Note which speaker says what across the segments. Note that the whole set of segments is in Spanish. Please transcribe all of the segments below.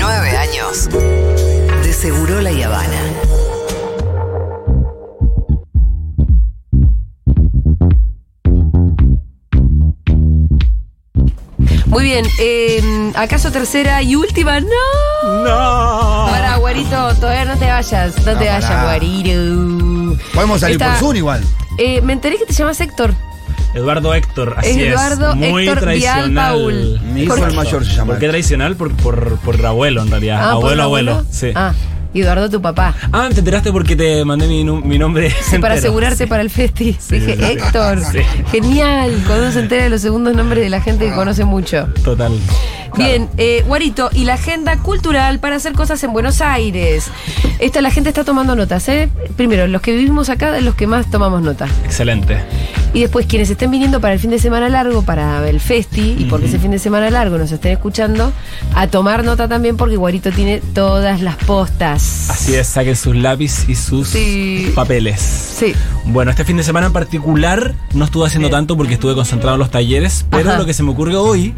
Speaker 1: Nueve años de Seguro La Habana.
Speaker 2: Muy bien, eh, ¿acaso tercera y última? ¡No!
Speaker 3: No.
Speaker 2: Para, guarito, todavía no te vayas, no,
Speaker 3: No,
Speaker 2: te
Speaker 3: pará.
Speaker 2: vayas, guarito.
Speaker 4: Podemos salir
Speaker 2: Está-
Speaker 4: por Zoom igual.
Speaker 2: Eh, me enteré que te llamas Héctor.
Speaker 3: Eduardo Héctor, así
Speaker 2: Eduardo
Speaker 3: es. Muy
Speaker 2: Héctor Vial
Speaker 3: tradicional.
Speaker 2: Paul.
Speaker 4: Mi hijo
Speaker 3: Exacto.
Speaker 4: el mayor se llama.
Speaker 3: ¿Por qué tradicional? Por, por, por abuelo, en realidad.
Speaker 2: Ah, ¿por
Speaker 3: abuelo,
Speaker 2: un
Speaker 3: abuelo. Sí. Ah.
Speaker 2: Ah, y Eduardo, tu papá.
Speaker 3: te enteraste porque te mandé mi, nu- mi nombre.
Speaker 2: Sí, para
Speaker 3: entero.
Speaker 2: asegurarte para el festi.
Speaker 3: Sí,
Speaker 2: Dije,
Speaker 3: sí, sí.
Speaker 2: Héctor.
Speaker 3: Sí. Ah.
Speaker 2: Genial. Cuando uno se entera de los segundos nombres de la gente que conoce mucho.
Speaker 3: Total.
Speaker 2: Bien, eh, Guarito, y la agenda cultural para hacer cosas en Buenos Aires. Esta la gente está tomando notas, ¿eh? Primero, los que vivimos acá, los que más tomamos nota.
Speaker 3: Excelente.
Speaker 2: Y después, quienes estén viniendo para el fin de semana largo, para el festi, y porque
Speaker 3: Ujú.
Speaker 2: ese fin de semana largo nos estén escuchando, a tomar nota también, porque Guarito tiene todas las postas.
Speaker 3: Así es, saquen sus lápices y sus
Speaker 2: Sí.
Speaker 3: papeles.
Speaker 2: Sí.
Speaker 3: Bueno, este fin de semana en particular no estuve haciendo tanto porque estuve concentrado en los talleres, pero
Speaker 2: Ajá.
Speaker 3: lo que se me ocurrió hoy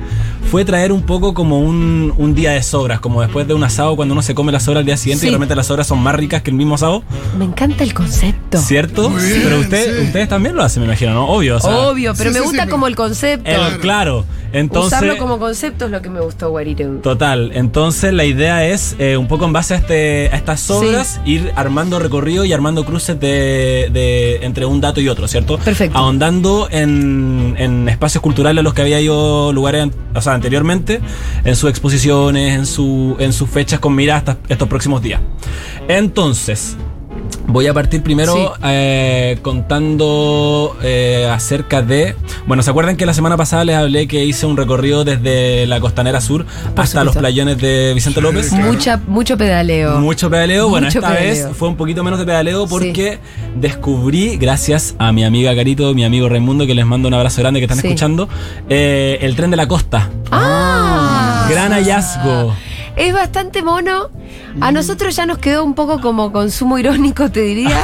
Speaker 3: fue traer un poco como un, un día de sobras, como después de un asado cuando uno se come las sobras al día siguiente
Speaker 2: Sí.
Speaker 3: y realmente las sobras son más ricas que el mismo asado,
Speaker 2: Me encanta el concepto.
Speaker 3: ¿cierto? pero usted, ustedes también lo hacen, me imagino, ¿no? Obvio, o sea,
Speaker 2: Obvio, pero
Speaker 4: sí,
Speaker 2: me
Speaker 4: sí,
Speaker 2: gusta
Speaker 4: sí,
Speaker 2: como el concepto.
Speaker 3: el- claro, entonces...
Speaker 2: Usarlo como concepto es lo que me gustó, Guarito.
Speaker 3: Total, entonces la idea es, eh, un poco en base a, este, a estas obras, ir armando recorrido y armando cruces de, de- entre un dato y otro, ¿cierto?
Speaker 2: Perfecto.
Speaker 3: Ahondando en, en espacios culturales a los que había ido lugares an- o sea, anteriormente, en sus exposiciones, en, su, en sus fechas con mira hasta estos próximos días. Entonces, Voy a partir primero
Speaker 2: Sí.
Speaker 3: eh, contando eh, acerca de. Bueno, ¿se acuerdan que la semana pasada les hablé que hice un recorrido desde la Costanera Sur hasta
Speaker 2: supuesto.
Speaker 3: los playones de Vicente López?
Speaker 2: Mucha, mucho pedaleo.
Speaker 3: Mucho pedaleo. Bueno,
Speaker 2: Mucho
Speaker 3: esta
Speaker 2: pedaleo.
Speaker 3: vez fue un poquito menos de pedaleo porque descubrí, gracias a mi amiga Carito, mi amigo Raimundo, que les mando un abrazo grande que están
Speaker 2: Sí.
Speaker 3: escuchando, eh, el tren de la costa.
Speaker 2: Ah.
Speaker 3: Gran hallazgo.
Speaker 2: Es bastante mono. A nosotros ya nos quedó un poco como consumo irónico, te diría.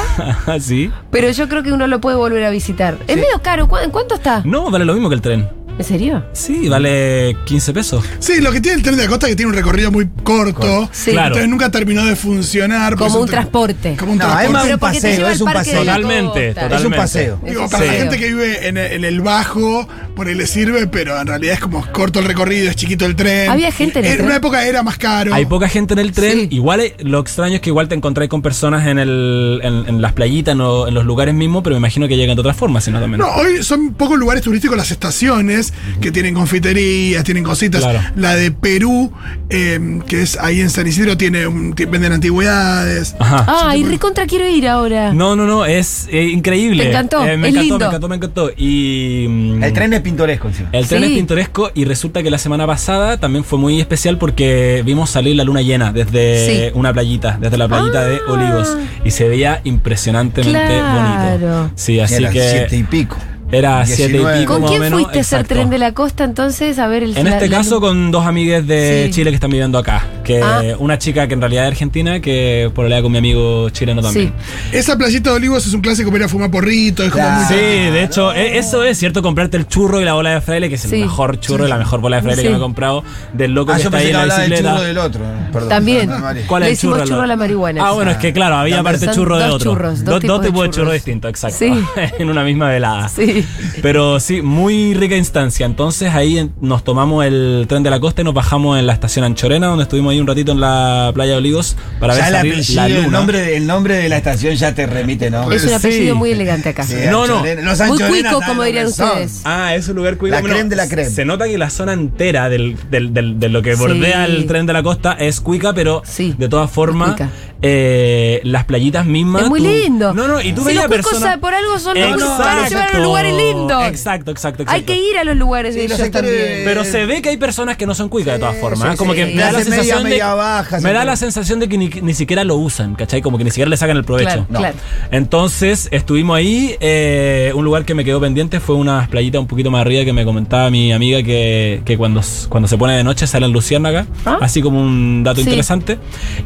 Speaker 3: ¿Sí?
Speaker 2: pero yo creo que uno lo puede volver a visitar. Es medio caro. ¿cu- ¿En cuánto está?
Speaker 3: No, vale lo mismo que el tren.
Speaker 2: ¿En serio?
Speaker 3: Sí, vale 15 pesos.
Speaker 5: Sí, lo que tiene el tren de la costa es que tiene un recorrido muy corto.
Speaker 2: Sí.
Speaker 3: Claro.
Speaker 5: Entonces nunca terminó de funcionar. por
Speaker 2: Como
Speaker 5: eso
Speaker 2: un
Speaker 5: te-
Speaker 2: transporte.
Speaker 5: Como un
Speaker 4: No,
Speaker 5: transporte.
Speaker 4: además-
Speaker 2: Pero
Speaker 4: un
Speaker 2: porque te
Speaker 4: paseo,
Speaker 2: lleva
Speaker 4: es
Speaker 2: al
Speaker 4: un
Speaker 2: parque de la
Speaker 3: paseo. Totalmente,
Speaker 2: costa.
Speaker 3: totalmente.
Speaker 4: Es un paseo.
Speaker 5: Digo,
Speaker 2: Es
Speaker 5: para la
Speaker 2: un
Speaker 5: gente
Speaker 2: paseo.
Speaker 5: que vive en el, en el bajo, por ahí le sirve, pero en realidad es como corto el recorrido, es chiquito el tren.
Speaker 2: Había gente en el tren.
Speaker 5: una época era más caro.
Speaker 3: Hay poca gente en el tren.
Speaker 2: Sí.
Speaker 3: Igual eh, lo extraño es que igual te encontrás con personas en, el, en, en las playitas, en, lo- en los lugares mismos, pero me imagino que llegan de otra forma, sino también.
Speaker 5: No, hoy son pocos lugares turísticos las estaciones que tienen confiterías, tienen cositas.
Speaker 3: Claro.
Speaker 5: La de Perú, eh, que es ahí en San Isidro, tiene un- ti- venden antigüedades.
Speaker 3: Ajá.
Speaker 2: Ay, recontra quiero ir ahora.
Speaker 3: No, no, no, es eh, increíble. Eh,
Speaker 2: Te encantó, es
Speaker 3: me encantó,
Speaker 2: lindo.
Speaker 3: me encantó, me encantó. Y. mm,
Speaker 4: El tren es pintoresco encima.
Speaker 3: El tren
Speaker 2: Sí.
Speaker 3: es pintoresco y resulta que la semana pasada también fue muy especial porque vimos salir la luna llena desde
Speaker 2: Sí.
Speaker 3: una playita, desde la playita de
Speaker 2: Ah.
Speaker 3: Olivos. Y se veía impresionantemente
Speaker 2: Claro.
Speaker 3: bonito. Sí,
Speaker 4: Y a
Speaker 3: así
Speaker 4: las siete y
Speaker 3: que.
Speaker 4: pico.
Speaker 3: Era siete y
Speaker 4: 19.
Speaker 3: pico.
Speaker 2: ¿Con
Speaker 3: más o
Speaker 2: quién
Speaker 3: menos,
Speaker 2: fuiste a hacer
Speaker 3: exacto.
Speaker 2: tren de la costa entonces? A ver el
Speaker 3: En
Speaker 2: la-
Speaker 3: este
Speaker 2: la-
Speaker 3: caso con dos amigues de
Speaker 2: Sí.
Speaker 3: Chile que están viviendo acá. Que
Speaker 2: Ah.
Speaker 3: una chica que en realidad es argentina, que por allá con mi amigo chileno también.
Speaker 5: Esa playita de olivos es un clásico para ir a fumar porrito, es como
Speaker 4: Claro.
Speaker 5: muy-
Speaker 3: Sí, de hecho, e- eso es cierto, comprarte el churro y la bola de fraile, que es el
Speaker 2: Sí.
Speaker 3: mejor churro y la mejor bola de fraile
Speaker 2: Sí.
Speaker 3: que me he comprado, del loco
Speaker 4: Ah,
Speaker 3: que
Speaker 4: yo
Speaker 3: está
Speaker 4: pensé
Speaker 3: ahí
Speaker 4: que
Speaker 3: en la
Speaker 4: hablaba del
Speaker 3: bicicleta.
Speaker 4: churro del otro. Perdón. Ah,
Speaker 2: También.
Speaker 3: ¿Cuál
Speaker 2: Le
Speaker 3: es el
Speaker 2: hicimos
Speaker 3: churro?
Speaker 2: churro a la marihuana.
Speaker 3: Ah, bueno, es que claro, había
Speaker 4: También.
Speaker 3: aparte
Speaker 2: Son
Speaker 3: churro de
Speaker 2: dos
Speaker 3: otro.
Speaker 2: churros, dos
Speaker 3: dos,
Speaker 2: tipos de
Speaker 3: tipos de
Speaker 2: churros.
Speaker 3: churros distintos, exacto.
Speaker 2: Sí.
Speaker 3: en una misma velada.
Speaker 2: Sí.
Speaker 3: Pero sí, muy rica instancia. Entonces ahí en- nos tomamos el tren de la costa y nos bajamos en la estación Anchorena, donde estuvimos ahí un ratito en la playa de Olivos para
Speaker 4: ya
Speaker 3: ver
Speaker 4: el apellido,
Speaker 3: salir la luna.
Speaker 4: el nombre, de- el nombre de la estación ya te remite, ¿no?
Speaker 5: Pues,
Speaker 2: Es un
Speaker 3: Sí.
Speaker 2: apellido muy elegante acá.
Speaker 4: Sí,
Speaker 3: No, no.
Speaker 4: Anchorena. Los
Speaker 2: Muy
Speaker 4: Anchorena
Speaker 2: cuico,
Speaker 4: están
Speaker 2: como
Speaker 4: en
Speaker 2: dirían
Speaker 4: el son.
Speaker 2: ustedes.
Speaker 3: Ah, es un lugar cuico.
Speaker 4: La creme de la creme.
Speaker 3: Se nota que la zona entera del, del- del- de lo que
Speaker 2: Sí.
Speaker 3: bordea el tren de la costa es cuica, pero
Speaker 2: Sí,
Speaker 3: de todas formas,
Speaker 2: cuica.
Speaker 3: eh, las playitas mismas.
Speaker 2: Es muy
Speaker 3: tú-
Speaker 2: lindo.
Speaker 3: No, no, y tú
Speaker 2: Si
Speaker 3: veías
Speaker 2: los cuicos
Speaker 3: personas.
Speaker 2: saben, por algo son los cuicos,
Speaker 3: Exacto.
Speaker 2: van a llevar a los lugares lindos.
Speaker 3: Exacto, exacto, exacto.
Speaker 2: Hay que ir a los lugares
Speaker 4: Sí,
Speaker 2: de
Speaker 4: los
Speaker 2: ellos
Speaker 4: sectores-
Speaker 2: también.
Speaker 3: Pero se ve que hay personas que no son cuicas de todas formas.
Speaker 4: sí,
Speaker 3: ¿eh? Como
Speaker 4: sí.
Speaker 3: que
Speaker 4: Le
Speaker 3: me da la
Speaker 4: hacen media
Speaker 3: sensación sensación de,
Speaker 4: media baja,
Speaker 3: me da
Speaker 4: siempre.
Speaker 3: la sensación de que ni, ni siquiera lo usan, ¿cachai? Como que ni siquiera le sacan el provecho.
Speaker 2: Claro,
Speaker 4: No.
Speaker 2: claro.
Speaker 3: Entonces estuvimos ahí. eh, un lugar que me quedó pendiente fue unas playitas un poquito más arriba que me comentaba mi amiga que, que cuando, s- cuando se pone de noche salen luciérnagas.
Speaker 2: ¿Ah?
Speaker 3: Así como un dato
Speaker 2: Sí.
Speaker 3: interesante.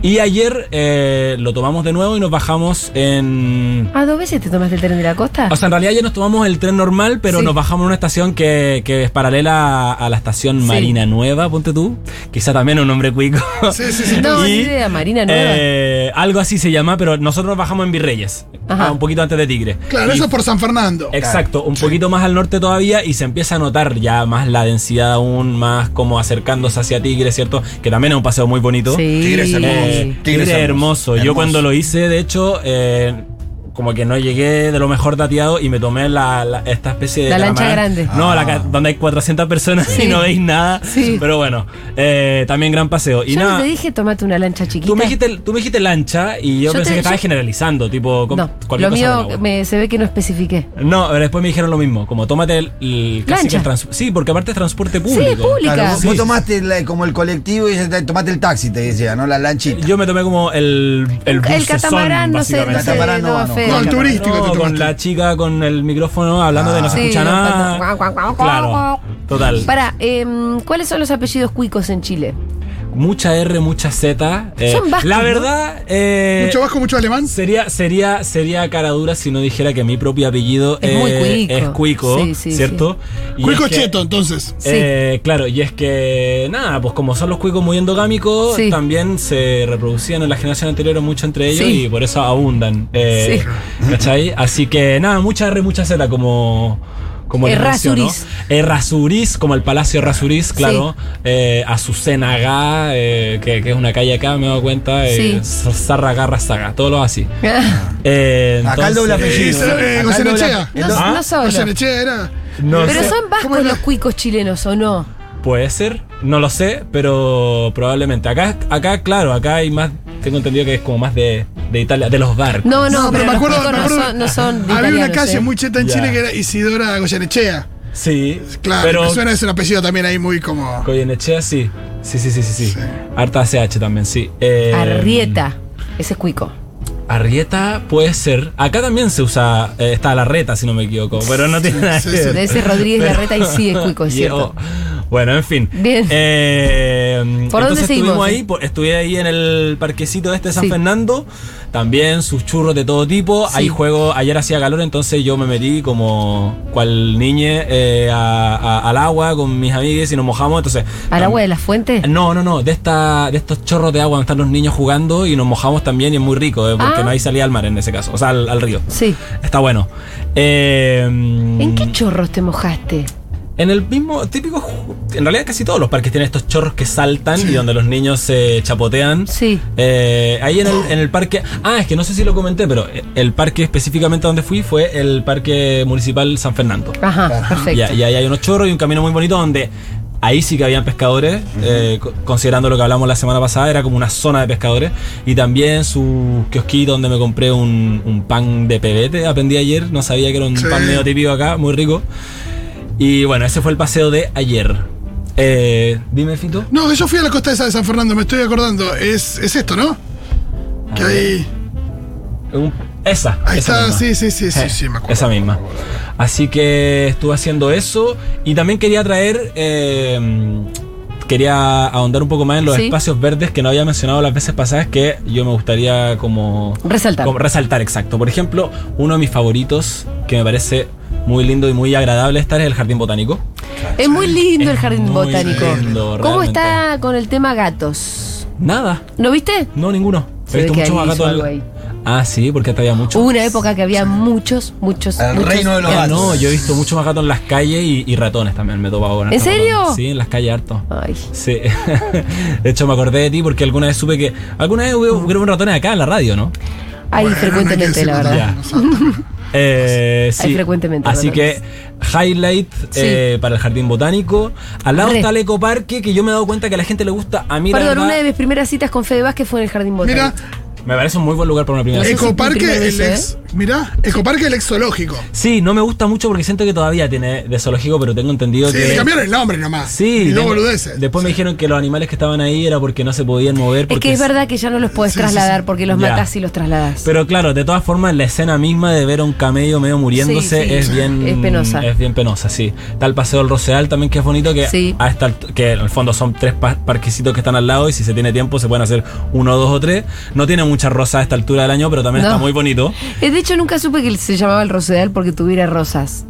Speaker 3: Y ayer eh, lo tomamos de nuevo y nos bajamos en.
Speaker 2: Ah, dos veces te tomaste el tren de la costa.
Speaker 3: O sea, en realidad ayer nos tomamos el tren normal, pero
Speaker 2: Sí.
Speaker 3: nos bajamos en una estación que, que es paralela a, a la estación
Speaker 2: Sí.
Speaker 3: Marina Nueva, ponte tú. Quizá también un nombre cuico.
Speaker 5: Sí, sí, sí.
Speaker 2: no,
Speaker 3: y,
Speaker 2: ni idea, Marina Nueva.
Speaker 3: Eh, algo así se llama, pero nosotros bajamos en Virreyes,
Speaker 2: Ajá.
Speaker 3: ah, un poquito antes de Tigre.
Speaker 5: Claro,
Speaker 3: Y-
Speaker 5: eso es por San Fernando.
Speaker 3: Exacto, un poquito más al norte todavía y se empieza a notar ya más la densidad aún, más como acercándose hacia Tigre, ¿cierto? Que también es un paseo muy bonito.
Speaker 2: sí.
Speaker 4: Tigres
Speaker 3: Eh,
Speaker 4: hermoso.
Speaker 3: Tigre
Speaker 4: Tigre
Speaker 3: es hermoso.
Speaker 4: hermoso.
Speaker 3: Yo cuando lo hice, de hecho, eh, como que no llegué de lo mejor dateado y me tomé la, la- esta especie de...
Speaker 2: La lancha
Speaker 3: catamarán.
Speaker 2: grande.
Speaker 3: No,
Speaker 4: Ah.
Speaker 3: la ca- donde hay 400 personas
Speaker 2: Sí.
Speaker 3: y no veis nada.
Speaker 2: Sí.
Speaker 3: Pero bueno, eh, también gran paseo. Y
Speaker 2: Yo no
Speaker 3: nada,
Speaker 2: te dije tomate una lancha chiquita.
Speaker 3: tú, me dijiste, tú me dijiste lancha y
Speaker 2: Yo
Speaker 3: yo, pensé
Speaker 2: te-
Speaker 3: que estabas
Speaker 2: yo-
Speaker 3: generalizando, tipo... com-
Speaker 2: No,
Speaker 3: cualquier
Speaker 2: lo
Speaker 3: cosa con
Speaker 2: mío
Speaker 3: agua.
Speaker 2: me- se ve que no especifiqué.
Speaker 3: No, pero después me dijeron lo mismo, como tómate el, el- casi que
Speaker 2: Lancha.
Speaker 3: el trans- Sí, porque aparte es transporte público.
Speaker 2: Sí, es pública.
Speaker 4: Claro, vos,
Speaker 3: Sí.
Speaker 4: vos tomaste la- como el colectivo y te- tomaste el taxi, te decía, ¿no? La lanchita.
Speaker 3: Yo me tomé como el el, bucezón,
Speaker 2: catamarán, no sé, no
Speaker 3: básicamente.
Speaker 2: sé,
Speaker 4: Catamarán no
Speaker 2: no,
Speaker 4: va, no.
Speaker 2: Fede.
Speaker 5: No, el turístico
Speaker 3: No,
Speaker 5: te
Speaker 3: con
Speaker 5: tomaste.
Speaker 3: la chica con el micrófono hablando de no se
Speaker 2: Sí,
Speaker 3: escucha
Speaker 2: no,
Speaker 3: nada.
Speaker 2: guau, guau, guau, guau.
Speaker 3: Claro, total.
Speaker 2: Para, em, ¿cuáles son los apellidos cuicos en Chile?
Speaker 3: Mucha R, mucha Z. eh,
Speaker 2: Son vascos,
Speaker 3: La
Speaker 2: ¿no?
Speaker 3: verdad, eh,
Speaker 5: mucho vasco, mucho alemán.
Speaker 3: Sería, sería, sería cara dura si no dijera que mi propio apellido eh,
Speaker 2: Es muy cuico.
Speaker 3: es cuico,
Speaker 2: Sí, sí,
Speaker 3: ¿cierto? Y
Speaker 5: Cuico
Speaker 3: es que-
Speaker 5: cheto, entonces.
Speaker 2: Sí.
Speaker 3: Eh, claro, y es que nada, pues como son los cuicos muy endogámicos,
Speaker 2: Sí.
Speaker 3: también se reproducían en la generación anterior mucho entre ellos
Speaker 2: Sí.
Speaker 3: y por eso abundan. eh, ¿Cachai? Así que nada, mucha R, mucha Z como. Como les menciono.
Speaker 2: Errázuriz.
Speaker 3: Errázuriz, como el Palacio Errázuriz, claro. Eh, Azucena Gá, eh, que, que es una calle acá, me he dado cuenta.
Speaker 2: Sí.
Speaker 3: Eh, Zarraga, Razaga, todos los así. Eh,
Speaker 4: Acá el
Speaker 3: entonces-
Speaker 4: doble
Speaker 5: Sí,
Speaker 4: apellido.
Speaker 5: eh,
Speaker 4: Acá el
Speaker 5: Goyenechea.
Speaker 4: doble-
Speaker 2: No,
Speaker 4: el do-
Speaker 3: ¿Ah?
Speaker 2: no solo.
Speaker 5: Goyenechea era.
Speaker 3: No
Speaker 2: Pero
Speaker 3: sé.
Speaker 2: son
Speaker 5: ¿Cómo
Speaker 2: vascos
Speaker 5: era?
Speaker 2: los cuicos chilenos, ¿o no?
Speaker 3: Puede ser, no lo sé, pero probablemente. Acá, acá claro, acá hay más. Tengo entendido que es como más de, de Italia, de los barcos.
Speaker 2: No, no, pero,
Speaker 5: me
Speaker 2: los
Speaker 5: acuerdo-
Speaker 2: cuicos
Speaker 5: me
Speaker 2: no
Speaker 5: acuerdo-
Speaker 2: son, no son de
Speaker 5: Había una
Speaker 2: italianos,
Speaker 5: calle
Speaker 2: ¿eh?
Speaker 5: muy cheta en
Speaker 3: Ya.
Speaker 5: Chile que era Isidora Goyenechea.
Speaker 3: Sí,
Speaker 5: Claro,
Speaker 3: pero.
Speaker 5: me suena es un apellido también ahí muy como.
Speaker 3: Goyenechea sí. Sí, sí, sí, sí, sí.
Speaker 5: Sí.
Speaker 3: Harta CH también, sí. Eh,
Speaker 2: Arrieta. Ese es cuico.
Speaker 3: Arrieta puede ser. Acá también se usa. eh, está la reta, si no me equivoco. Pero no tiene nada
Speaker 5: sí,
Speaker 3: que
Speaker 5: sí.
Speaker 3: ver.
Speaker 2: De ese Rodríguez
Speaker 3: Pero-
Speaker 2: Larreta y sí es cuico, es
Speaker 3: Y-
Speaker 2: cierto.
Speaker 3: oh, bueno, en fin.
Speaker 2: Bien.
Speaker 3: Eh,
Speaker 2: ¿Por dónde
Speaker 3: entonces
Speaker 2: seguimos?
Speaker 3: estuvimos ahí, por- estuve ahí en el parquecito este de San
Speaker 2: Sí.
Speaker 3: Fernando. También sus churros de todo tipo.
Speaker 2: Sí.
Speaker 3: Ahí juego, ayer hacía calor, entonces yo me metí como cual niñe eh, a- a- al agua con mis amigues y nos mojamos. Entonces,
Speaker 2: ¿Al
Speaker 3: tam-
Speaker 2: agua de la fuente?
Speaker 3: no, no, no, de esta, de estos chorros de agua donde están los niños jugando y nos mojamos también y es muy rico, eh, porque
Speaker 2: Ah.
Speaker 3: no hay salida al mar en ese caso, o sea, al, al río.
Speaker 2: Sí.
Speaker 3: Está bueno. Eh,
Speaker 2: ¿En qué chorros te mojaste?
Speaker 3: En el mismo típico, ju- en realidad casi todos los parques tienen estos chorros que saltan y donde los niños se chapotean.
Speaker 2: Sí.
Speaker 3: Eh, ahí en el, en el parque, ah, es que no sé si lo comenté, pero el parque específicamente donde fui fue el Parque Municipal San Fernando.
Speaker 2: Ajá,
Speaker 3: Y,
Speaker 2: perfecto.
Speaker 3: y ahí hay unos chorros y un camino muy bonito donde ahí sí que habían pescadores, eh, co- considerando lo que hablamos la semana pasada, era como una zona de pescadores. Y también su kiosquito donde me compré un, un pan de pebete, aprendí ayer, no sabía que era un
Speaker 5: Sí.
Speaker 3: pan medio típico acá, muy rico. Y bueno, ese fue el paseo de ayer. Eh, dime, Fito.
Speaker 5: No, yo fui a la costa esa de San Fernando, me estoy acordando. Es, es esto, ¿no?
Speaker 3: Ah.
Speaker 5: Que ahí.
Speaker 3: Un- esa.
Speaker 5: Ahí
Speaker 3: esa
Speaker 5: está,
Speaker 3: misma.
Speaker 5: sí, sí, sí, sí, sí, me acuerdo.
Speaker 3: Esa misma. Así que estuve haciendo eso y también quería traer, eh, quería ahondar un poco más en los
Speaker 2: Sí.
Speaker 3: espacios verdes que no había mencionado las veces pasadas que yo me gustaría como
Speaker 2: Resaltar.
Speaker 3: como resaltar, exacto. Por ejemplo, uno de mis favoritos que me parece muy lindo y muy agradable estar es el jardín botánico.
Speaker 2: Es muy lindo el
Speaker 3: Es
Speaker 2: jardín
Speaker 3: muy
Speaker 2: botánico.
Speaker 3: lindo,
Speaker 2: ¿Cómo
Speaker 3: realmente.
Speaker 2: está con el tema gatos?
Speaker 3: Nada,
Speaker 2: ¿No viste?
Speaker 3: no ninguno.
Speaker 2: Se
Speaker 3: He
Speaker 2: ve
Speaker 3: visto
Speaker 2: que
Speaker 3: muchos
Speaker 2: ahí hizo
Speaker 3: gatos al-
Speaker 2: algo ahí.
Speaker 3: Ah, sí, porque hasta había muchos.
Speaker 2: Hubo una época que había muchos, muchos,
Speaker 4: El
Speaker 2: muchos
Speaker 4: reino de los
Speaker 3: Ah,
Speaker 2: gatos.
Speaker 3: no, yo he visto muchos más gatos en las calles y, y ratones también, me topa ahora.
Speaker 2: ¿En serio? Ah.
Speaker 3: Sí, en las calles harto.
Speaker 2: Ay.
Speaker 3: Sí. De hecho, me acordé de ti porque alguna vez supe que. Alguna vez hubo, hubo ratones acá en la radio, ¿no?
Speaker 2: Hay
Speaker 5: Bueno, no hay que
Speaker 2: frecuentemente,
Speaker 5: decir
Speaker 2: la
Speaker 5: nada.
Speaker 2: verdad.
Speaker 3: Ya. Eh, sí.
Speaker 2: Hay frecuentemente
Speaker 3: Así
Speaker 2: ratones.
Speaker 3: que, highlight eh, para el jardín botánico. Al lado
Speaker 2: Re.
Speaker 3: está el ecoparque, que yo me he dado cuenta que a la gente le gusta. A mí, la
Speaker 2: Perdón,
Speaker 3: verdad,
Speaker 2: una de mis primeras citas con Fede Vázquez fue en el jardín botánico.
Speaker 5: Mira,
Speaker 3: me parece un muy buen lugar para una
Speaker 2: No
Speaker 3: primera
Speaker 2: sé
Speaker 3: cita.
Speaker 2: si ¿eh? tu
Speaker 5: Ecoparque,
Speaker 2: primo
Speaker 5: el
Speaker 2: dice,
Speaker 5: ex Mirá, Ecoparque el exológico.
Speaker 3: Sí, no me gusta mucho porque siento que todavía tiene de zoológico, pero tengo entendido
Speaker 5: Sí,
Speaker 3: que.
Speaker 5: le cambiaron el nombre nomás.
Speaker 3: Sí,
Speaker 5: Y no
Speaker 3: tengo-
Speaker 5: boludeces.
Speaker 3: después me dijeron que los animales que estaban ahí era porque no se podían mover.
Speaker 2: Es
Speaker 3: porque
Speaker 2: que es verdad que ya no los puedes
Speaker 5: Sí, sí,
Speaker 2: trasladar
Speaker 5: sí.
Speaker 2: porque los
Speaker 3: Ya.
Speaker 2: matas y los trasladas.
Speaker 3: Pero claro, de todas formas, la escena misma de ver a un camello medio muriéndose
Speaker 2: Sí, sí.
Speaker 3: es bien.
Speaker 2: Es penosa.
Speaker 3: Es bien penosa, sí. Está el Paseo del Roseal también, que es bonito, que,
Speaker 2: Sí.
Speaker 3: a esta alt- que en el fondo son tres pa- parquecitos que están al lado y si se tiene tiempo se pueden hacer uno, dos o tres. No tiene mucha rosa a esta altura del año, pero también
Speaker 2: No.
Speaker 3: está muy bonito.
Speaker 2: Eh, de hecho, nunca supe que se llamaba el Rosedal porque tuviera rosas.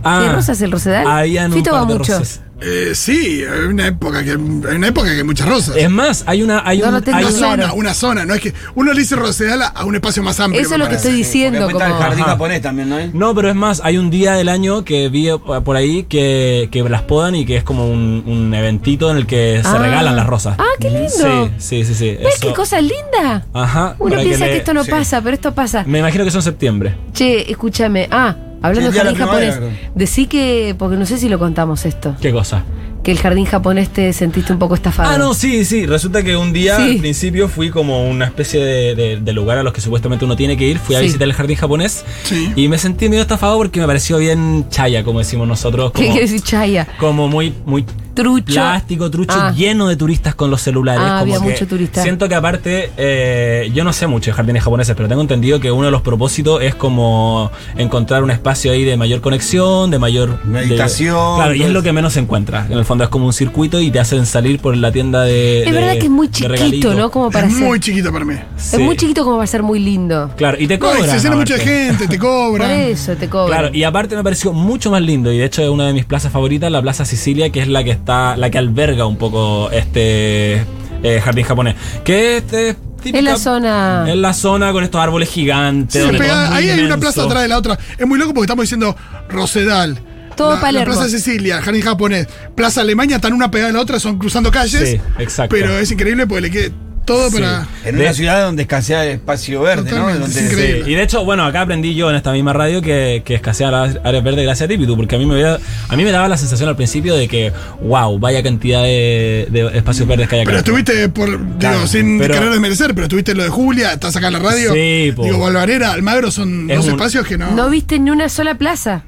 Speaker 2: ¿Tiene rosas el Rosedal?
Speaker 3: Habían Ah, un
Speaker 2: Fito
Speaker 3: par
Speaker 2: va
Speaker 3: de
Speaker 2: mucho.
Speaker 3: rosas.
Speaker 5: Eh, sí, hay una época que hay una época que hay muchas rosas.
Speaker 3: Es más, hay una. Hay
Speaker 2: No
Speaker 3: un,
Speaker 2: lo tengo
Speaker 3: hay
Speaker 5: una
Speaker 3: un-
Speaker 2: claro.
Speaker 5: zona, una zona, no es que uno le dice Rosedal a- a un espacio más amplio.
Speaker 2: Eso
Speaker 5: me
Speaker 2: es lo que
Speaker 5: parece.
Speaker 2: estoy
Speaker 4: Porque
Speaker 2: diciendo.
Speaker 4: después está el
Speaker 2: Como...
Speaker 4: jardín
Speaker 3: Ajá.
Speaker 4: japonés también, ¿no? eh?
Speaker 3: No, pero es más, hay un día del año que vi eh, por ahí que, que las podan y que es como un, un eventito en el que se
Speaker 2: Ah.
Speaker 3: regalan las rosas.
Speaker 2: Ah, qué lindo.
Speaker 3: Sí, sí, sí. sí.
Speaker 2: ¿Ves
Speaker 3: eso.
Speaker 2: qué cosa linda?
Speaker 3: Ajá.
Speaker 2: Uno
Speaker 3: para
Speaker 2: piensa que,
Speaker 3: le-
Speaker 2: esto no pasa, pero esto pasa.
Speaker 3: Me imagino que son septiembre.
Speaker 2: Che, escúchame. Ah, hablando
Speaker 4: Sí, el
Speaker 2: de
Speaker 4: día
Speaker 2: jardín
Speaker 4: de la primavera,
Speaker 2: japonés. Decí que, porque no sé si lo contamos esto,
Speaker 3: ¿Qué cosa?
Speaker 2: que el jardín japonés te sentiste un poco estafado.
Speaker 3: Ah, no, sí, sí. Resulta que un día
Speaker 2: Sí.
Speaker 3: al principio fui como una especie de, de- de lugar a los que supuestamente uno tiene que ir. Fui a
Speaker 2: Sí.
Speaker 3: visitar el jardín japonés
Speaker 5: Sí.
Speaker 3: y me sentí medio estafado porque me pareció bien chaya, como decimos nosotros.
Speaker 2: ¿Qué
Speaker 3: Como,
Speaker 2: quiere decir chaya?
Speaker 3: como muy, muy
Speaker 2: Trucho.
Speaker 3: plástico, trucho,
Speaker 2: Ah.
Speaker 3: lleno de turistas con los celulares.
Speaker 2: Ah,
Speaker 3: como
Speaker 2: había
Speaker 3: que
Speaker 2: mucho turista.
Speaker 3: Siento que aparte, eh, yo no sé mucho de jardines japoneses, pero tengo entendido que uno de los propósitos es como encontrar un espacio ahí de mayor conexión, de mayor... de-
Speaker 4: Meditación,
Speaker 3: claro, y es
Speaker 5: pues.
Speaker 4: todo
Speaker 3: lo que menos se encuentra. En el fondo es como un circuito y te hacen salir por la tienda de...
Speaker 2: Es
Speaker 3: de-
Speaker 2: verdad que es muy
Speaker 3: de
Speaker 2: chiquito,
Speaker 3: regalito.
Speaker 2: ¿no? Como para
Speaker 5: Es
Speaker 2: ser.
Speaker 5: muy chiquito para mí.
Speaker 3: Sí.
Speaker 2: Es muy chiquito como para ser muy lindo.
Speaker 3: Claro, y te
Speaker 5: No, y
Speaker 3: cobran.
Speaker 5: se llena mucha
Speaker 3: aparte.
Speaker 5: gente, te
Speaker 2: Por
Speaker 5: cobran.
Speaker 2: eso te cobro.
Speaker 3: Claro, y aparte me pareció mucho más lindo, y de hecho es una de mis plazas favoritas, la Plaza Sicilia, que es la que está, la que alberga un poco este eh, jardín japonés. Que este es típica-
Speaker 2: Es la zona-
Speaker 3: Es la zona con estos árboles gigantes.
Speaker 5: Sí,
Speaker 3: donde
Speaker 5: pega-
Speaker 3: todo es muy
Speaker 5: ahí hay una
Speaker 3: inmenso.
Speaker 5: plaza atrás de la otra. Es muy loco porque estamos diciendo Rosedal.
Speaker 2: Todo
Speaker 5: la- la
Speaker 2: Palermo.
Speaker 5: Plaza Sicilia, Jardín Japonés, Plaza Alemania, están una pegada a la otra, son cruzando calles.
Speaker 3: Sí, exacto.
Speaker 5: Pero es increíble porque le queda todo para.
Speaker 4: En
Speaker 3: De-
Speaker 4: una ciudad donde escasea el espacio verde, ¿no?
Speaker 5: Totalmente,
Speaker 4: Donde
Speaker 5: es
Speaker 3: Sí,
Speaker 5: increíble.
Speaker 3: y de hecho, bueno, acá aprendí yo en esta misma radio que, que escasea las áreas verdes gracias a Tipitu, porque a mí me había- a mí me daba la sensación al principio de que, wow, vaya cantidad de, de espacios verdes que hay acá.
Speaker 5: Pero estuviste, por, digo, sin
Speaker 3: pero-
Speaker 5: querer desmerecer, pero estuviste en lo de Julia, estás acá en la radio.
Speaker 3: Sí, po.
Speaker 5: digo, Valvarera, Almagro son
Speaker 3: Es
Speaker 5: dos
Speaker 3: un-
Speaker 5: espacios que no.
Speaker 2: No viste ni una sola plaza.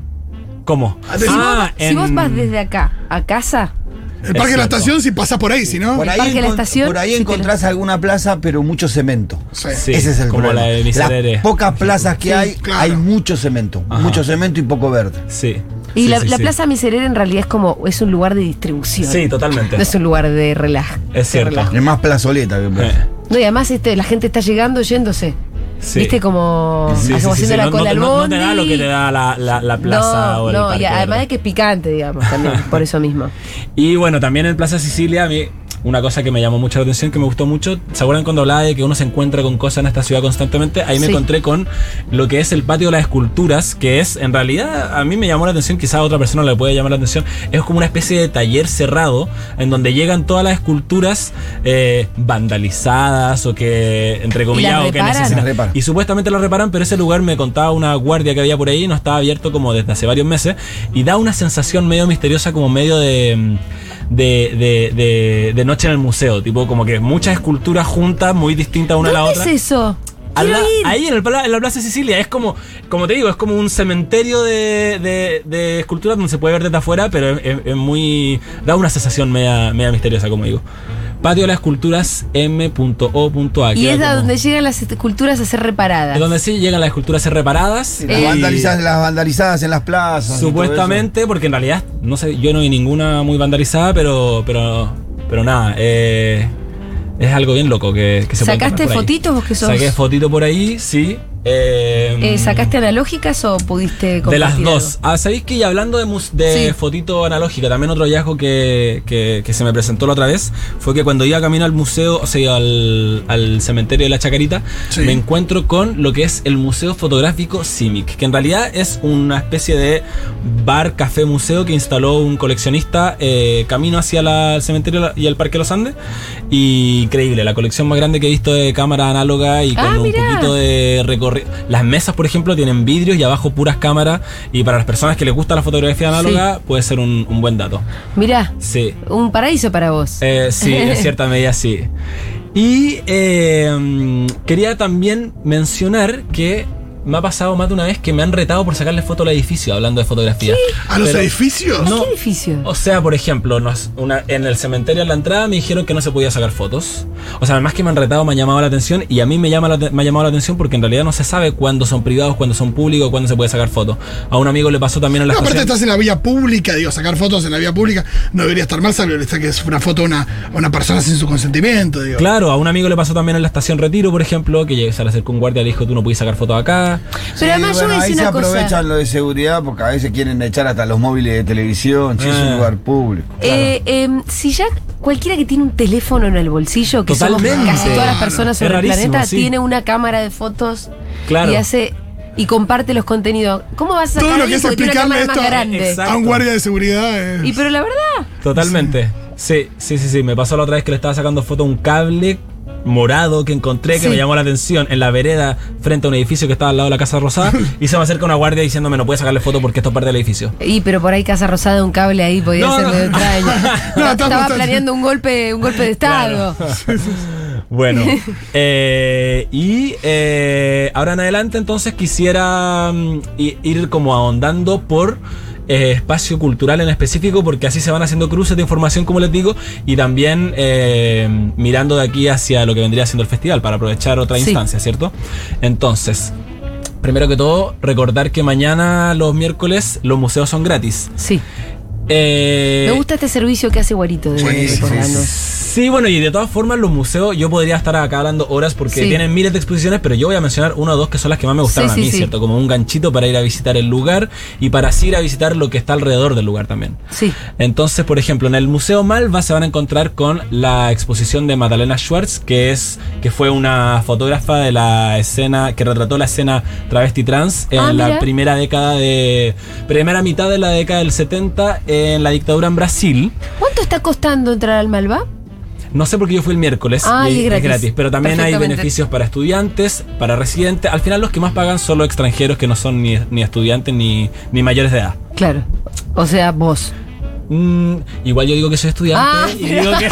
Speaker 3: ¿Cómo?
Speaker 2: Si,
Speaker 3: Ah,
Speaker 2: vos, si vos
Speaker 3: en-
Speaker 2: vas desde acá a casa,
Speaker 5: el Parque de la
Speaker 3: Exacto.
Speaker 5: Estación, si pasás por ahí, si no.
Speaker 4: Por ahí,
Speaker 2: Parque de la
Speaker 4: encon-
Speaker 2: Estación,
Speaker 4: por ahí
Speaker 2: si
Speaker 4: encontrás alguna plaza, pero mucho cemento.
Speaker 5: Sí.
Speaker 3: Sí,
Speaker 4: Ese es el
Speaker 3: como
Speaker 4: problema.
Speaker 3: la de Miserere.
Speaker 4: Las pocas plazas que hay,
Speaker 5: claro.
Speaker 4: hay mucho cemento.
Speaker 3: Ajá.
Speaker 4: Mucho cemento y poco verde.
Speaker 3: Sí.
Speaker 2: y
Speaker 3: Sí,
Speaker 2: la,
Speaker 3: sí,
Speaker 2: la
Speaker 3: sí.
Speaker 2: Plaza Miserere en realidad es como, es un lugar de distribución.
Speaker 3: Sí, totalmente.
Speaker 2: No es un lugar de relajo.
Speaker 3: Es cierto.
Speaker 4: Es más plazoleta que
Speaker 3: Eh,
Speaker 2: No, y además este, la gente está llegando yéndose.
Speaker 3: sí.
Speaker 2: Viste como,
Speaker 3: Sí, sí,
Speaker 2: como
Speaker 3: sí,
Speaker 2: haciendo
Speaker 3: sí,
Speaker 2: la
Speaker 3: no-
Speaker 2: cola
Speaker 3: no,
Speaker 2: al
Speaker 3: no- no te
Speaker 2: bondi.
Speaker 3: da lo que te da la, la- la plaza
Speaker 2: no,
Speaker 3: o el
Speaker 2: no,
Speaker 3: parque,
Speaker 2: y además
Speaker 3: ¿verdad?
Speaker 2: de que es picante, digamos, también, por eso mismo.
Speaker 3: Y bueno, también en Plaza Sicilia, a mí, una cosa que me llamó mucho la atención, que me gustó mucho, ¿se acuerdan cuando hablaba de que uno se encuentra con cosas en esta ciudad constantemente? Ahí me
Speaker 2: Sí.
Speaker 3: encontré con lo que es el patio de las esculturas, que es, en realidad, a mí me llamó la atención, quizás a otra persona le puede llamar la atención, es como una especie de taller cerrado en donde llegan todas las esculturas eh, vandalizadas o que, entre comillas, o que
Speaker 2: reparan?
Speaker 3: necesitan.
Speaker 4: Las reparan.
Speaker 3: Y supuestamente lo reparan, pero ese lugar me contaba una guardia que había por ahí, no estaba abierto como desde hace varios meses, y da una sensación medio misteriosa, como medio de, mm, de, de, de- de noche en el museo, tipo como que muchas esculturas juntas, muy distintas una a la
Speaker 2: ¿Dónde
Speaker 3: otra.
Speaker 2: es eso?
Speaker 3: Al
Speaker 2: Quiero
Speaker 3: la-
Speaker 2: ir.
Speaker 3: ahí en, el, pala- en la Plaza Sicilia es como, como te digo, es como un cementerio de, de, de esculturas donde se puede ver desde afuera, pero es, es- es muy. da una sensación media, media misteriosa, como digo. Patio de las Esculturas M.O.A.
Speaker 2: y
Speaker 3: queda
Speaker 2: es
Speaker 3: como-
Speaker 2: a donde llegan las esculturas a ser reparadas.
Speaker 3: es donde sí llegan las esculturas a ser reparadas.
Speaker 4: Las,
Speaker 2: Eh,
Speaker 3: y-
Speaker 4: vandalizadas, las vandalizadas en las plazas. y todo
Speaker 3: Supuestamente, porque en realidad, no sé, yo no vi ninguna muy vandalizada, pero. pero. pero nada, eh, es algo bien loco que, que se puede
Speaker 2: ¿Sacaste
Speaker 3: encontrar por ahí.
Speaker 2: fotitos vos que sos?
Speaker 3: Saqué fotito por ahí, sí. eh,
Speaker 2: Eh, ¿Sacaste analógicas o pudiste
Speaker 3: de
Speaker 2: compartir
Speaker 3: las dos.
Speaker 2: algo?
Speaker 3: Ah, ¿Sabéis que y hablando de, mus- de
Speaker 2: Sí.
Speaker 3: fotito analógica, también otro hallazgo que, que- que se me presentó la otra vez fue que cuando iba a caminar al museo, o sea, al, al cementerio de la Chacarita,
Speaker 5: Sí.
Speaker 3: me encuentro con lo que es el Museo Fotográfico Simic, que en realidad es una especie de bar, café, museo que instaló un coleccionista eh, camino hacia la- el cementerio y el Parque de los Andes. Y increíble, la colección más grande que he visto de cámara análoga y con
Speaker 2: Ah,
Speaker 3: un
Speaker 2: mirá.
Speaker 3: poquito de de recorrido. Las mesas, por ejemplo, tienen vidrios y abajo puras cámaras. Y para las personas que les gusta la fotografía análoga, puede ser un, un buen dato.
Speaker 2: Mirá,
Speaker 3: Sí.
Speaker 2: un paraíso para vos.
Speaker 3: Eh, sí, en cierta medida sí. Y eh, quería también mencionar que me ha pasado más de una vez que me han retado por sacarle foto al edificio, hablando de fotografía.
Speaker 5: ¿A los
Speaker 3: Pero-
Speaker 5: edificios?
Speaker 3: No. Oh,
Speaker 2: ¿Qué edificio?
Speaker 3: O sea, por ejemplo, nos- una- en el cementerio en la entrada me dijeron que no se podía sacar fotos. O sea, además que me han retado, me ha llamado la atención y a mí me, llama la te- me ha llamado la atención porque en realidad no se sabe cuándo son privados, cuándo son públicos, cuándo se puede sacar fotos. A un amigo le pasó también en la
Speaker 5: No, aparte
Speaker 3: estación.
Speaker 5: estás en la vía pública, digo, sacar fotos en la vía pública no debería estar mal, salvo que es una foto a una, a una persona sin su consentimiento, digo.
Speaker 3: Claro, a un amigo le pasó también en la estación Retiro, por ejemplo, que llegué- se le acercó un guardia y le dijo, tú no puedes sacar fotos acá.
Speaker 2: Pero además yo
Speaker 4: bueno,
Speaker 2: voy a
Speaker 4: ahí
Speaker 2: decir
Speaker 4: se
Speaker 2: una cosa.
Speaker 4: aprovechan lo de seguridad porque a veces quieren echar hasta los móviles de televisión. Si es
Speaker 3: Eh.
Speaker 4: un lugar público.
Speaker 2: Eh, em, si ya cualquiera que tiene un teléfono en el bolsillo, que somos
Speaker 3: Totalmente.
Speaker 2: casi todas las personas
Speaker 3: Es
Speaker 2: sobre el
Speaker 3: rarísimo,
Speaker 2: planeta,
Speaker 3: sí.
Speaker 2: tiene una cámara de fotos
Speaker 3: Claro.
Speaker 2: y hace y comparte los contenidos. ¿Cómo vas a
Speaker 5: Todo
Speaker 2: sacar
Speaker 5: lo que
Speaker 2: eso
Speaker 5: es
Speaker 2: tiene una
Speaker 5: explicarle
Speaker 2: cámara
Speaker 5: esto
Speaker 2: más grande?
Speaker 3: Exacto.
Speaker 5: a un guardia de seguridad.
Speaker 2: Y
Speaker 5: es-
Speaker 2: pero la verdad,
Speaker 3: Totalmente. Sí, sí, sí, sí. Me pasó la otra vez que le estaba sacando foto a un cable morado que encontré que
Speaker 2: Sí.
Speaker 3: me llamó la atención en la vereda frente a un edificio que estaba al lado de la Casa Rosada y se me acerca una guardia diciéndome no puedes sacarle foto porque esto es parte del edificio.
Speaker 2: y pero por ahí Casa Rosada un cable ahí podía
Speaker 3: No,
Speaker 2: ser
Speaker 3: no.
Speaker 2: medio extraño.
Speaker 5: No,
Speaker 2: Estaba
Speaker 5: estamos-
Speaker 2: planeando un golpe, un golpe de estado.
Speaker 3: Bueno, eh, y eh, ahora en adelante entonces quisiera mm, i- ir como ahondando por eh, espacio cultural en específico, porque así se van haciendo cruces de información, como les digo, y también eh, mirando de aquí hacia lo que vendría siendo el festival, para aprovechar otra
Speaker 2: Sí.
Speaker 3: instancia, ¿cierto? Entonces... Primero que todo, recordar que mañana los miércoles los museos son gratis.
Speaker 2: Sí.
Speaker 3: Eh,
Speaker 2: Me gusta este servicio que hace Guarito de
Speaker 4: Buenísimo.
Speaker 2: recordarnos.
Speaker 3: Sí, bueno, y de todas formas los museos, yo podría estar acá hablando horas porque
Speaker 2: Sí.
Speaker 3: tienen miles de exposiciones, pero yo voy a mencionar una o dos que son las que más me gustaron
Speaker 2: Sí,
Speaker 3: a
Speaker 2: sí,
Speaker 3: mí,
Speaker 2: sí.
Speaker 3: ¿cierto? Como un ganchito para ir a visitar el lugar y para así ir a visitar lo que está alrededor del lugar también.
Speaker 2: Sí.
Speaker 3: Entonces, por ejemplo, en el Museo Malva se van a encontrar con la exposición de Magdalena Schwartz, que es que fue una fotógrafa de la escena que retrató la escena travesti trans en
Speaker 2: Ah, mira.
Speaker 3: la primera década de primera mitad de la década del 70 en la dictadura en Brasil.
Speaker 2: ¿Cuánto está costando entrar al Malva?
Speaker 3: No sé por qué yo fui el miércoles.
Speaker 2: Ah,
Speaker 3: y
Speaker 2: y es gratis.
Speaker 3: Pero también hay
Speaker 2: Perfectamente.
Speaker 3: beneficios para estudiantes, para residentes. Al final los que más pagan son los extranjeros que no son ni, ni estudiantes ni, ni mayores de edad.
Speaker 2: Claro. O sea, vos.
Speaker 3: Mm, igual yo digo que soy estudiante
Speaker 2: Ah,
Speaker 3: y
Speaker 2: pero-
Speaker 3: digo que...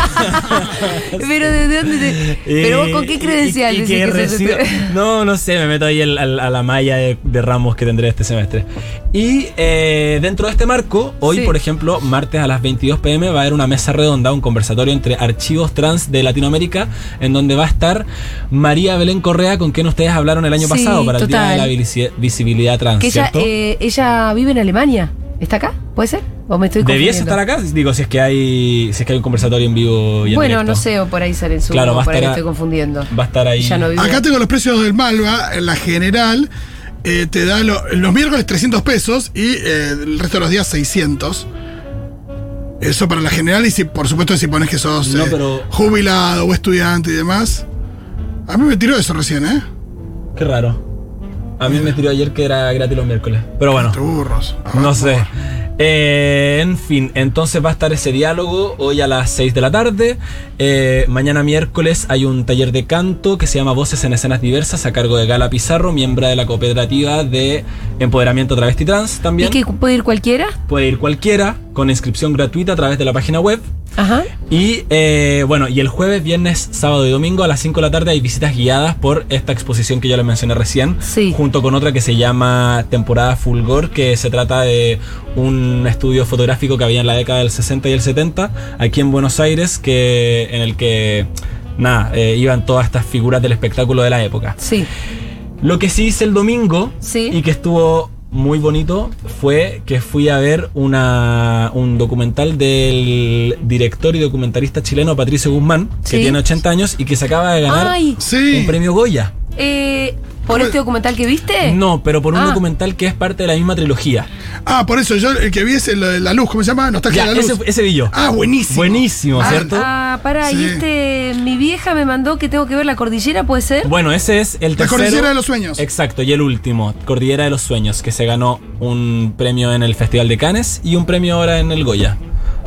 Speaker 2: Pero ¿de dónde te- Pero vos con qué
Speaker 3: Eh,
Speaker 2: credencial
Speaker 3: y- y
Speaker 2: decís
Speaker 3: que
Speaker 2: que sos este?
Speaker 3: recibo-
Speaker 2: estudiante?
Speaker 3: No, no sé, me meto ahí el- al- a la malla de, de ramos que tendré este semestre. Y eh, dentro de este marco, hoy,
Speaker 2: Sí.
Speaker 3: por ejemplo, martes a las 22 pm, va a haber una mesa redonda, un conversatorio entre archivos trans de Latinoamérica, en donde va a estar María Belén Correa, con quien ustedes hablaron el año
Speaker 2: Sí,
Speaker 3: pasado para el Día de
Speaker 2: total.
Speaker 3: la Visibilidad- Visibilidad Trans,
Speaker 2: Que ella,
Speaker 3: ¿cierto?
Speaker 2: eh, ella vive en Alemania. ¿Está acá? ¿Puede ser? ¿O me estoy
Speaker 3: Debiese
Speaker 2: confundiendo?
Speaker 3: estar acá, digo, si es que hay, si es que hay un conversatorio en vivo y en
Speaker 2: Bueno,
Speaker 3: directo.
Speaker 2: no sé, o por ahí sale en su.
Speaker 3: Claro, va a
Speaker 2: por ahí
Speaker 3: estar
Speaker 2: me
Speaker 3: a-
Speaker 2: estoy confundiendo.
Speaker 3: Va a estar ahí.
Speaker 2: Ella no vive.
Speaker 5: Acá tengo los precios del Malva, en la general eh, te da lo- los miércoles 300 pesos y eh, el resto de los días 600. Eso para la general y si por supuesto si pones que sos
Speaker 3: No,
Speaker 5: eh,
Speaker 3: pero-
Speaker 5: jubilado o estudiante y demás. A mí me tiró eso recién, ¿eh?
Speaker 3: Qué raro. A mí me tiró ayer que era gratis los miércoles. Pero bueno,
Speaker 5: Te burros. A ver,
Speaker 3: no sé. Eh, en fin, entonces va a estar ese diálogo hoy a las 6 de la tarde. Eh, mañana miércoles hay un taller de canto que se llama Voces en Escenas Diversas a cargo de Gala Pizarro, miembro de la cooperativa de empoderamiento travesti trans
Speaker 2: ¿Y
Speaker 3: también.
Speaker 2: que puede ir cualquiera?
Speaker 3: Puede ir cualquiera con inscripción gratuita a través de la página web.
Speaker 2: Ajá.
Speaker 3: Y eh, bueno, y el jueves, viernes, sábado y domingo a las 5 de la tarde hay visitas guiadas por esta exposición que ya les mencioné recién,
Speaker 2: Sí.
Speaker 3: junto con otra que se llama Temporada Fulgor, que se trata de un estudio fotográfico que había en la década del 60 y el 70 aquí en Buenos Aires, que en el que nada, eh, iban todas estas figuras del espectáculo de la época.
Speaker 2: Sí.
Speaker 3: Lo que sí hice el domingo
Speaker 2: Sí.
Speaker 3: y que estuvo muy bonito fue que fui a ver una, un documental del director y documentarista chileno Patricio Guzmán, que
Speaker 2: Sí.
Speaker 3: tiene 80 años y que se acaba de ganar
Speaker 2: Ay.
Speaker 5: Sí.
Speaker 3: un premio Goya.
Speaker 2: Eh, ¿Por este documental que viste?
Speaker 3: No, pero por un
Speaker 2: Ah.
Speaker 3: documental que es parte de la misma trilogía.
Speaker 5: Ah, por eso yo el que vi es el de la luz, ¿cómo se llama? Nostalgia
Speaker 3: Ya,
Speaker 5: de Ah, la luz.
Speaker 3: ese, ese vi yo.
Speaker 5: Ah, buenísimo.
Speaker 3: Buenísimo,
Speaker 5: Ah,
Speaker 3: ¿cierto?
Speaker 2: Ah, pará, y
Speaker 5: Sí.
Speaker 2: este. Mi vieja me mandó que tengo que ver la cordillera, ¿puede ser?
Speaker 3: Bueno, ese es el
Speaker 5: La
Speaker 3: tercero.
Speaker 5: Cordillera de los Sueños.
Speaker 3: Exacto, y el último, Cordillera de los Sueños, que se ganó un premio en el Festival de Cannes y un premio ahora en el Goya.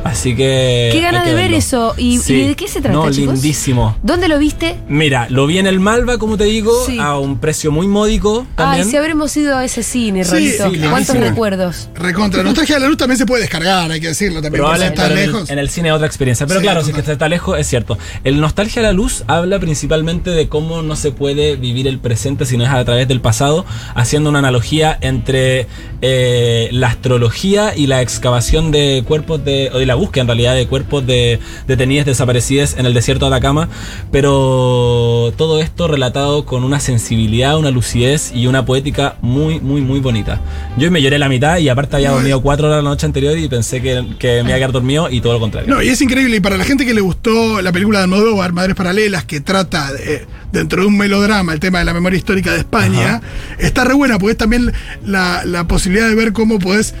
Speaker 3: Así que.
Speaker 2: Qué
Speaker 3: hay
Speaker 2: ganas
Speaker 3: que
Speaker 2: de ver
Speaker 3: verlo.
Speaker 2: eso. ¿Y,
Speaker 3: Sí.
Speaker 2: y de qué se trata,
Speaker 3: No,
Speaker 2: chicos?
Speaker 3: lindísimo.
Speaker 2: ¿Dónde lo viste?
Speaker 3: Mira, lo vi en el Malva, como te digo,
Speaker 2: Sí.
Speaker 3: a un precio muy módico también.
Speaker 2: Ay, si habremos ido a ese cine,
Speaker 5: Sí,
Speaker 2: Rolito.
Speaker 5: sí,
Speaker 2: ¿Cuántos
Speaker 5: lindísimo.
Speaker 2: recuerdos?
Speaker 5: Recontra. Nostalgia de la luz también se puede descargar, hay que decirlo también. por si
Speaker 3: Probablemente
Speaker 5: está
Speaker 3: pero en el-
Speaker 5: lejos.
Speaker 3: en el cine es otra experiencia. Pero
Speaker 5: Sí,
Speaker 3: claro, si es
Speaker 5: total.
Speaker 3: que está lejos, es cierto. El Nostalgia a la Luz habla principalmente de cómo no se puede vivir el presente si no es a través del pasado, haciendo una analogía entre eh, la astrología y la excavación de cuerpos de. o de la búsqueda en realidad de cuerpos de detenidas desaparecidas en el desierto de Atacama. Pero todo esto relatado con una sensibilidad, una lucidez y una poética muy, muy, muy bonita. Yo me lloré la mitad y aparte había dormido cuatro horas la noche anterior y pensé que, que me iba a quedar dormido y todo lo contrario.
Speaker 5: No, y es increíble. Y para la gente que le gustó la película de Almodóvar, Madres Paralelas, que trata de- eh, dentro de un melodrama el tema de la memoria histórica de España, está re buena porque es también la, la posibilidad de ver cómo podés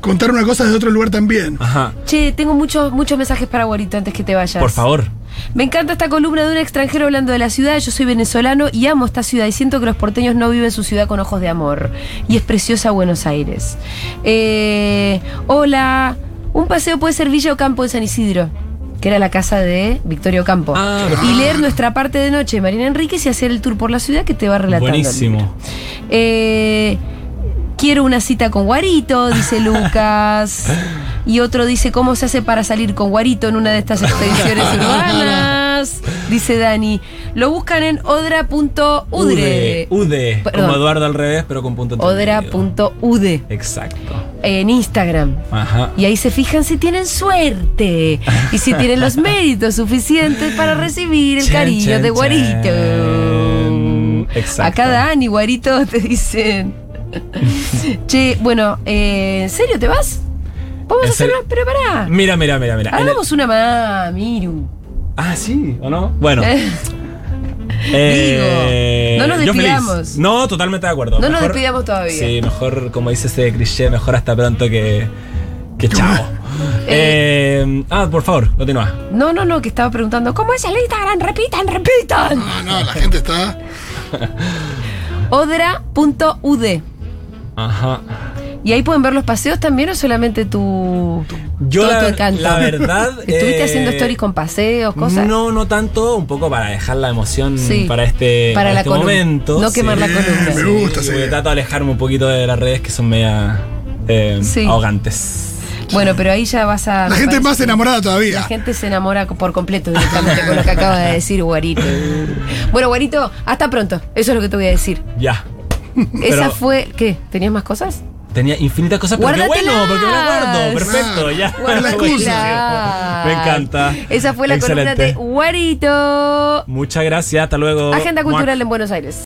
Speaker 5: contar una cosa desde otro lugar también.
Speaker 3: Ajá.
Speaker 2: Che, tengo muchos, muchos mensajes para Guarito antes que te vayas.
Speaker 3: Por favor.
Speaker 2: Me encanta esta columna de un extranjero hablando de la ciudad. Yo soy venezolano y amo esta ciudad y siento que los porteños no viven su ciudad con ojos de amor. Y es preciosa Buenos Aires. Eh, hola, un paseo puede ser Villa Ocampo en San Isidro, que era la casa de Victoria Ocampo.
Speaker 3: Ah,
Speaker 2: y leer nuestra parte de noche de Marina Enríquez y hacer el tour por la ciudad que te va relatando. el libro.
Speaker 3: Buenísimo.
Speaker 2: Eh, quiero una cita con Guarito, dice Lucas. Y otro dice, ¿cómo se hace para salir con Guarito en una de estas expediciones urbanas? Dice Dani. Lo buscan en odra.udre.
Speaker 3: Ude. Ude.
Speaker 2: Perdón.
Speaker 3: Como Eduardo al revés, pero con punto entendido.
Speaker 2: Odra.ude.
Speaker 3: Exacto.
Speaker 2: En Instagram.
Speaker 3: Ajá.
Speaker 2: Y ahí se fijan si tienen suerte y si tienen los méritos suficientes para recibir el
Speaker 3: Chen,
Speaker 2: cariño
Speaker 3: chen,
Speaker 2: de Guarito.
Speaker 3: chen. Exacto.
Speaker 2: A cada año, Guarito, te dicen. che, bueno, eh, ¿en serio te vas? Vamos
Speaker 3: ¿En
Speaker 2: a hacer
Speaker 3: serio?
Speaker 2: más, pero pará.
Speaker 3: Mira, mira, mira, mira. En el-
Speaker 2: Hagamos una más, Miru.
Speaker 3: Ah, sí, ¿o no? Bueno.
Speaker 2: Eh,
Speaker 3: eh,
Speaker 2: Digo, no nos
Speaker 3: yo feliz.
Speaker 2: despidamos.
Speaker 3: No, totalmente de acuerdo.
Speaker 2: No nos despidamos todavía.
Speaker 3: Sí, mejor, como dice ese cliché, mejor hasta pronto que, que chao. Eh, ah, por favor, continúa.
Speaker 2: No, no, no, que estaba preguntando, ¿cómo es el Instagram? Repitan, repitan.
Speaker 5: No, Ah, no, la gente está.
Speaker 2: Odra.ud.
Speaker 3: Ajá.
Speaker 2: Y ahí pueden ver los paseos también o solamente tu,
Speaker 3: Yo
Speaker 2: todo
Speaker 3: la,
Speaker 2: tu encanto?
Speaker 3: la verdad.
Speaker 2: ¿Estuviste
Speaker 3: eh,
Speaker 2: haciendo stories con paseos, cosas?
Speaker 3: No, no tanto, un poco para dejar la emoción
Speaker 2: Sí.
Speaker 3: para este,
Speaker 2: Para la
Speaker 3: este
Speaker 2: columna.
Speaker 3: momento.
Speaker 2: No quemar la
Speaker 5: Sí,
Speaker 2: columna.
Speaker 5: Me gusta,
Speaker 3: Sí,
Speaker 5: sí.
Speaker 3: porque Trato de alejarme un poquito de las redes que son media eh,
Speaker 2: Sí.
Speaker 3: ahogantes.
Speaker 2: Bueno, pero ahí ya vas a.
Speaker 5: La
Speaker 2: me
Speaker 5: gente
Speaker 2: parece-
Speaker 5: más enamorada todavía.
Speaker 2: La gente se enamora por completo directamente con lo que acaba de decir Guarito. Bueno, Guarito, hasta pronto. Eso es lo que te voy a decir.
Speaker 3: Ya.
Speaker 2: Esa
Speaker 3: Pero-
Speaker 2: fue. ¿qué? ¿Tenías más cosas?
Speaker 3: Tenía infinitas cosas, pero qué bueno,
Speaker 2: Guárdatelas.
Speaker 3: porque me las guardo. Perfecto, ya.
Speaker 5: Guárdatelas.
Speaker 3: Buenísimo.
Speaker 2: Guárdatelas.
Speaker 3: Me encanta.
Speaker 2: Esa fue la columna
Speaker 3: Excelente.
Speaker 2: de Guarito.
Speaker 3: Muchas gracias, hasta luego.
Speaker 2: Agenda
Speaker 3: Muac.
Speaker 2: cultural en Buenos Aires.